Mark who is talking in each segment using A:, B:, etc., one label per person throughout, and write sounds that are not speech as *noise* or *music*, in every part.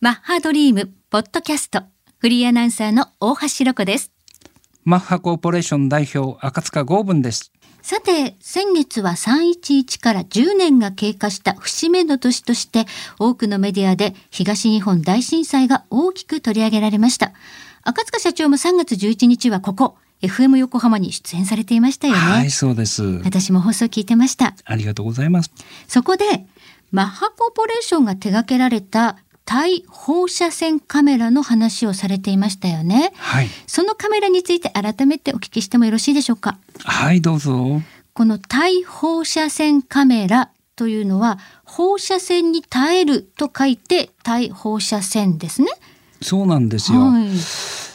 A: マッハドリームポッドキャストフリーアナウンサーの大橋ロコです
B: マッハコーポレーション代表赤塚剛文です
A: さて先月は311から10年が経過した節目の年として多くのメディアで東日本大震災が大きく取り上げられました赤塚社長も3月11日はここ FM 横浜に出演されていましたよね、
B: はいそうです
A: 私も放送聞いてました
B: ありがとうございます
A: そこでマッハコーポレーションが手掛けられた対放射線カメラの話をされていましたよね
B: はい
A: そのカメラについて改めてお聞きしてもよろしいでしょうか
B: はいどうぞ
A: この対放射線カメラというのは放射線に耐えると書いて対放射線ですね。
B: そうなんですよ、
A: はい、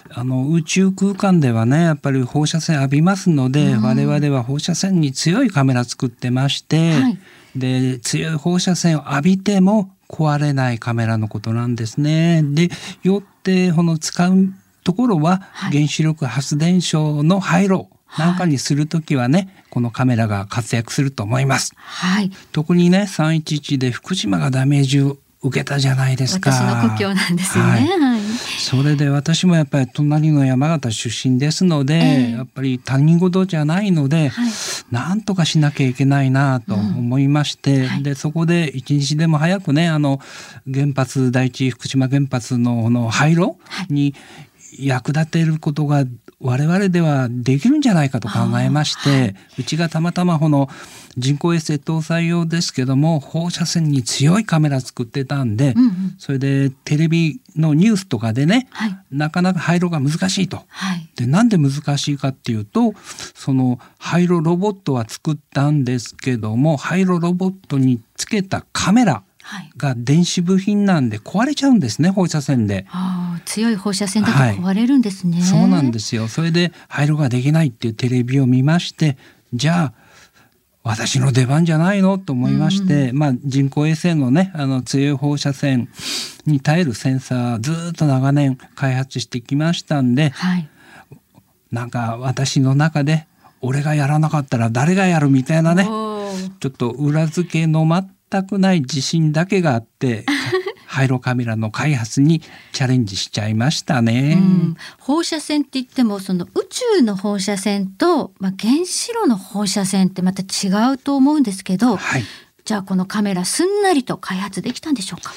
B: あの宇宙空間ではねやっぱり放射線浴びますので、我々は放射線に強いカメラ作ってまして、
A: はい
B: で強い放射線を浴びても壊れないカメラのことなんですね。でよってこの使うところは
A: はい
B: 原子力発電所の廃炉なんかにするときはね、このカメラが活躍すると思います。
A: はい、
B: 特にね311で福島がダメージを受けたじゃないですか。
A: 私の故郷なんですよね。
B: はい
A: はい、
B: それで私もやっぱり隣の山形出身ですので、
A: ええ
B: やっぱり他人事じゃないので、
A: はい
B: なんとかしなきゃいけないなと思いまして、
A: はい
B: でそこで一日でも早くねあの原発第一福島原発のこの廃炉に役立てることが我々ではできるんじゃないかと考えまして、うちがたまたまこの人工衛星搭載用ですけども放射線に強いカメラ作ってたんで、
A: うんうん、
B: それでテレビのニュースとかでね、
A: はい、
B: なかなか廃炉が難しいと。
A: はい、
B: でなんで難しいかっていうとその廃炉ロボットは作ったんですけども廃炉ロボットにつけたカメラ
A: はい。
B: が電子部品なんで壊れちゃうんですね放射線で。
A: ああ、強い放射線だと
B: はい
A: 壊れるんですね。。
B: そうなんですすよそれで廃炉ができないっていうテレビを見ましてじゃあ私の出番じゃないのと思いまして、まあ、人工衛星のねあの強い放射線に耐えるセンサーずーっと長年開発してきましたんで
A: はい、
B: なんか私の中で俺がやらなかったら誰がやるみたいなね
A: おー
B: ちょっと裏付けの全くない自信だけがあって
A: *laughs*
B: 廃炉カメラの開発にチャレンジしちゃいましたね。
A: うん、放射線って言ってもその宇宙の放射線と、まあ、原子炉の放射線ってまた違うと思うんですけど、
B: はい
A: じゃあこのカメラすんなりと開発できたんでしょうか。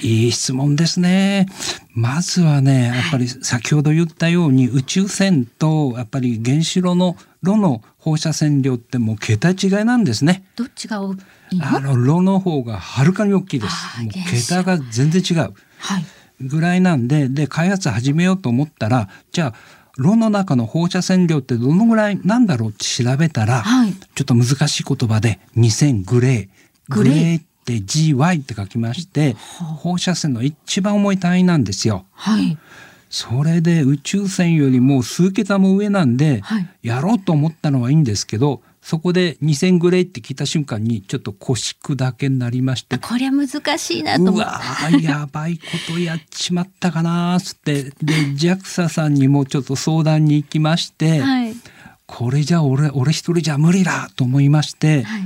B: いい質問ですね。まずはね、やっぱり先ほど言ったように宇宙船とやっぱり原子炉の炉の放射線量ってもう桁違いなんですね。
A: どっちが多いの？
B: あの炉の方がはるかに大きいです
A: あ。ー
B: もう
A: 原子
B: 桁が全然違う
A: はい。
B: ぐらいなんで、で開発始めようと思ったら、じゃあ炉の中の放射線量ってどのぐらいなんだろうって調べたら、
A: はい
B: ちょっと難しい言葉で2000グレー。
A: グレー
B: って GY って書きまして、放射線の一番重い単位なんですよ。
A: はい。
B: それで宇宙船よりも数桁も上なんで、
A: はい
B: やろうと思ったのはいいんですけど、そこで2000グレーって聞いた瞬間にちょっと腰砕けになりまして、
A: こりゃ難しいなと
B: う
A: 思っ
B: わーやばいことやっちまったかなーっつってで JAXA さんにもちょっと相談に行きまし
A: て。
B: て、
A: はい。
B: これじゃ俺俺一人じゃ無理だと思いまして、
A: はい。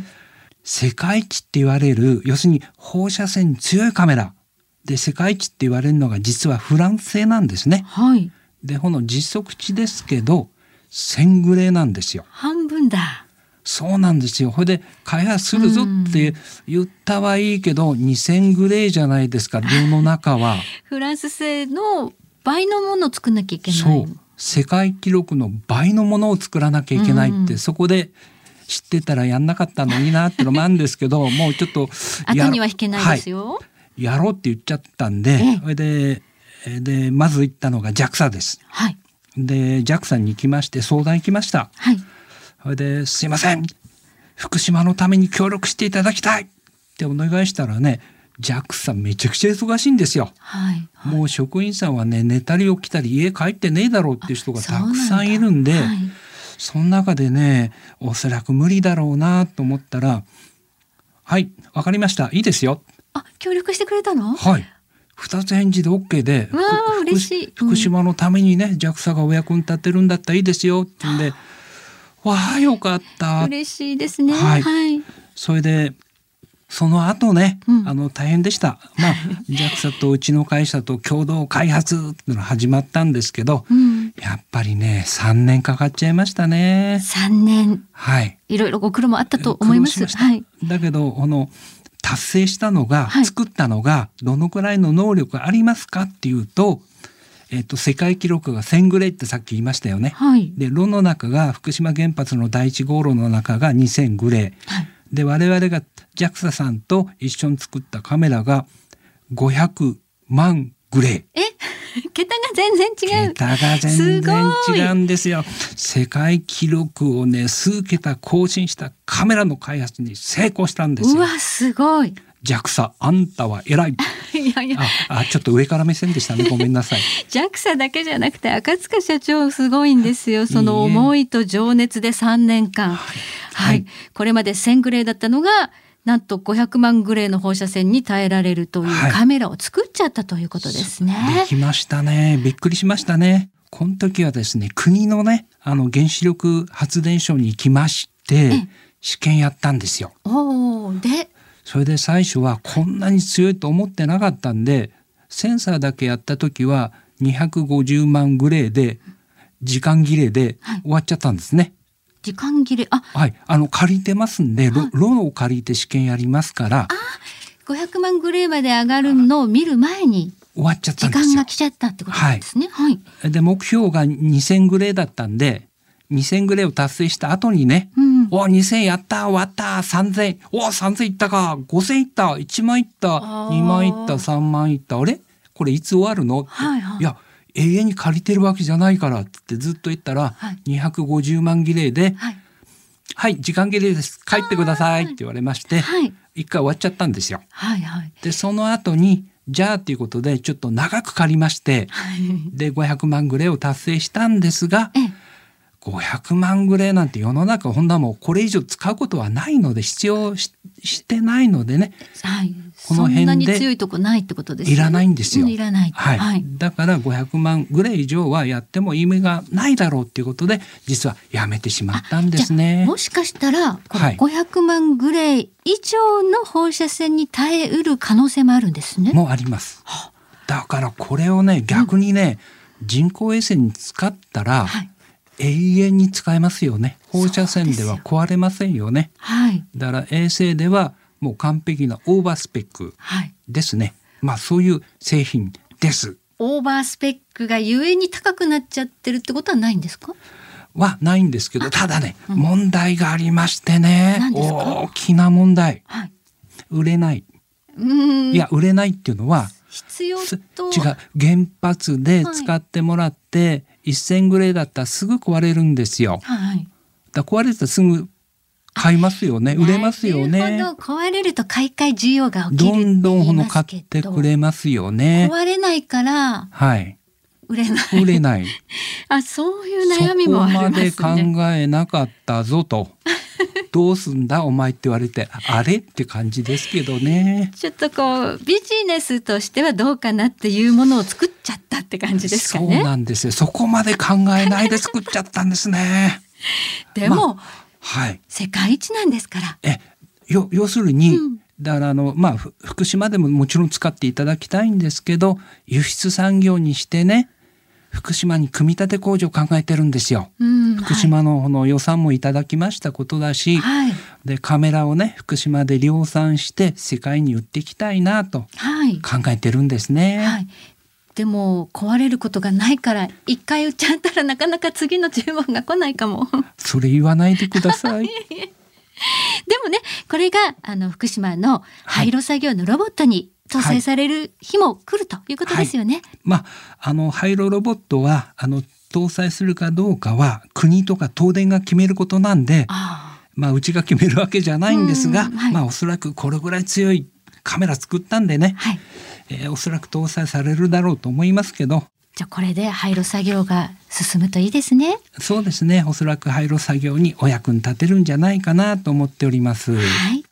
B: 世界一って言われる要するに放射線に強いカメラで世界一って言われるのが実はフランス製なんですね。
A: はい。
B: でこの実測値ですけど1000グレーなんですよ。
A: 半分だ。
B: そうなんですよ。ほれで開発するぞって言ったはいいけど、2000グレーじゃないですか世の中は。
A: フランス製の倍のものを作んなきゃいけない。
B: そう世界記録の倍のものを作らなきゃいけないって、
A: うんうん
B: そこで知ってたらやんなかったのになってのもあるんです
A: *laughs*
B: けどもうちょっと
A: 後
B: やろ
A: には引けないですよ。
B: はい、やろうって言っちゃったんで
A: ええ
B: それでえでまず行ったのが JAXA です。
A: はい。
B: で JAXA に行きまして相談行きました。
A: はい。
B: それで「すいません福島のために協力していただきたい!」ってお願いしたらね JAXA めちゃくちゃ忙しいんですよ。
A: はい。
B: もう職員さんはね寝たり起きたり家帰ってねえだろうっていう人がたくさんいるんで
A: あ
B: そ
A: そうなんだはい
B: の中でねおそらく無理だろうなと思ったら「はいわかりましたいいですよ」
A: あ、協力してくれたの？
B: はい2つ返事で OK で
A: わあ
B: ふく
A: 嬉しい
B: 福島のためにね JAXA がお役に立てるんだったらいいですよってんで「わあよかった」
A: 嬉しいですね。は。
B: はいいそれでその後ね、
A: うん
B: あの大変でした。
A: *laughs*
B: まあ JAXA とうちの会社と共同開発っていうのが始まったんですけど、
A: うん。
B: やっぱりね3年かかっちゃいましたね。
A: 三年、
B: はい。
A: いろいろご苦労もあったと思いま
B: 苦
A: す。
B: 労しました
A: はい。
B: だけどこの達成したのが、
A: はい
B: 作ったのがどのくらいの能力ありますかっていうと,、えっと世界記録が1,000ぐらいってさっき言いましたよね。
A: はい。
B: で炉の中が福島原発の第一号炉の中が2,000グレー
A: はい。
B: で我々が JAXA さんと一緒に作ったカメラが500万グレー。
A: *laughs* 桁が全然違う。
B: 桁が全然違うんですよ。世界記録をね数桁更新したカメラの開発に成功したんです
A: う
B: よ。
A: わ、すごい。
B: JAXA あんたは
A: *laughs*
B: 偉い。
A: いやいや、
B: ああちょっと上から目線でしたねごめんなさい。
A: JAXA だけじゃなくて赤塚社長すごいんですよその
B: いいえ
A: 思いと情熱で3年間はい、
B: はい
A: これまで1000グレーだったのがなんと500万グレーの放射線に耐えられるとい
B: は
A: う
B: い
A: カメラを作っちゃったということです *laughs* ね、
B: できましたね。びっくりしましたね。この時はですね、国のね、あの原子力発電所に行きまして、試験やったんですよ。
A: おおで
B: それで最初はこんなに強いと思ってなかったんで、センサーだけやった時は250万グレーで、時間切れで
A: はい
B: 終わっちゃったんですね。
A: 時間切れあ
B: はい。あの、借りてますんで、
A: は
B: ロ
A: い
B: ロを借りて試験やりますから、
A: 500万グレーまで上がるのを見る前に
B: 終わっちゃっ
A: 時
B: たんで
A: 間
B: すよ
A: が。来ちゃったってことなんですねはい、
B: で目標が2,000グレーだったんで2,000グレーを達成した後にね
A: うん
B: 「お2,000やった終わった3,000お3,000いったか5,000いった1万いった
A: あー
B: 2万いった3万いったあれこれいつ終わるの?」って
A: はいはい
B: や永遠に借りてるわけじゃないから」ってずっと言ったら、
A: はい
B: 250万ギレーで
A: はい
B: 「はい時間切れです帰ってください」って言われまして
A: はい
B: 一回終わっちゃったんですよ。
A: はいはい
B: でその後に「じゃあ」っていうことでちょっと長く借りまして。
A: はい
B: で500万グレーを達成したんですが
A: ええ
B: 500万グレーなんて世の中ほんなもうこれ以上使うことはないので必要ししてないのでね
A: はい、
B: この辺で
A: そんなに強いとこないってことですよね。
B: いらないんですよ
A: ういらない。
B: はい、
A: はい。
B: だから500万グレー以上はやっても意味がないだろうっていうことで実はやめてしまったんですね。
A: もしかしたら、この
B: はい
A: 500万グレー以上の放射線に耐えうる可能性もあるんですね。
B: もうあります。だからこれをね逆にね、人工衛星に使ったら、
A: はい。
B: 永遠に使えますよね。放射線で
A: そう
B: は
A: です
B: 壊れませんよね。
A: はい。
B: だから衛星ではもう完璧なオーバースペック
A: はい。
B: ですね。まあそういう製品です。
A: オーバースペックがゆえに高くなっちゃってるってことはないんですか。
B: はないんですけど、ただね、
A: うん
B: 問題がありましてね
A: 何、ですか
B: 大きな問題。
A: はい。
B: 売れない。
A: うーん。
B: いや、売れないっていうのは、
A: 必要
B: す違う
A: と。。
B: 原発で使ってもらって、1000グレーだったらすぐ壊れるんですよ。
A: はい。
B: だから壊れたらすぐ買いますよね。売れますよ
A: なる
B: ね。
A: ほど壊れると買い替え需要が起きるっ
B: ど
A: て言いますけど。
B: んどんこの買ってくれますよね。
A: 壊れないから
B: はい。
A: 売れ
B: *laughs*
A: ない。
B: 売れない。
A: あ、そういう悩みもありますね。
B: そこまで考えなかった
A: *laughs*
B: ぞとどうすんだお前って言われてあれって感じですけどね
A: ちょっとこうビジネスとしてはどうかなっていうものを作っちゃったって感じですか
B: そう
A: ね。
B: なんですよそこまで考えないで作っちゃったんですね
A: *laughs* でも、
B: はい
A: 世界一なんですから。
B: えよ要するに、
A: うん
B: だからあのまあふ福島でももちろん使っていただきたいんですけど輸出産業にしてね福島に組み立て工場を考えてるんですよ
A: うん、
B: 福島のこの予算もいただきましたことだし、
A: はい。はい。
B: でカメラをね福島で量産して世界に売っていきたいなと
A: はい。
B: 考えてるんですね。
A: はいでも壊れることがないから一回売っちゃったらなかなか次の注文が来ないか *laughs* も。
B: それ言わないでください。
A: でもね、これがあの福島の廃炉作業のロボットに搭載される日も来るということですよね。
B: *laughs* まああの廃炉ロボットはあの搭載するかどうかは国とか東電が決めることなんで、
A: ああ、
B: まあうちが決めるわけじゃないんですが、
A: うんはい
B: まあおそらくこれぐらい強いカメラ作ったんでね、
A: はい。
B: えーおそらく搭載されるだろうと思いますけど、
A: じゃあこれで廃炉作業が進むといいですね。
B: そうですね、おそらく廃炉作業にお役に立てるんじゃないかなと思っております。
A: はい。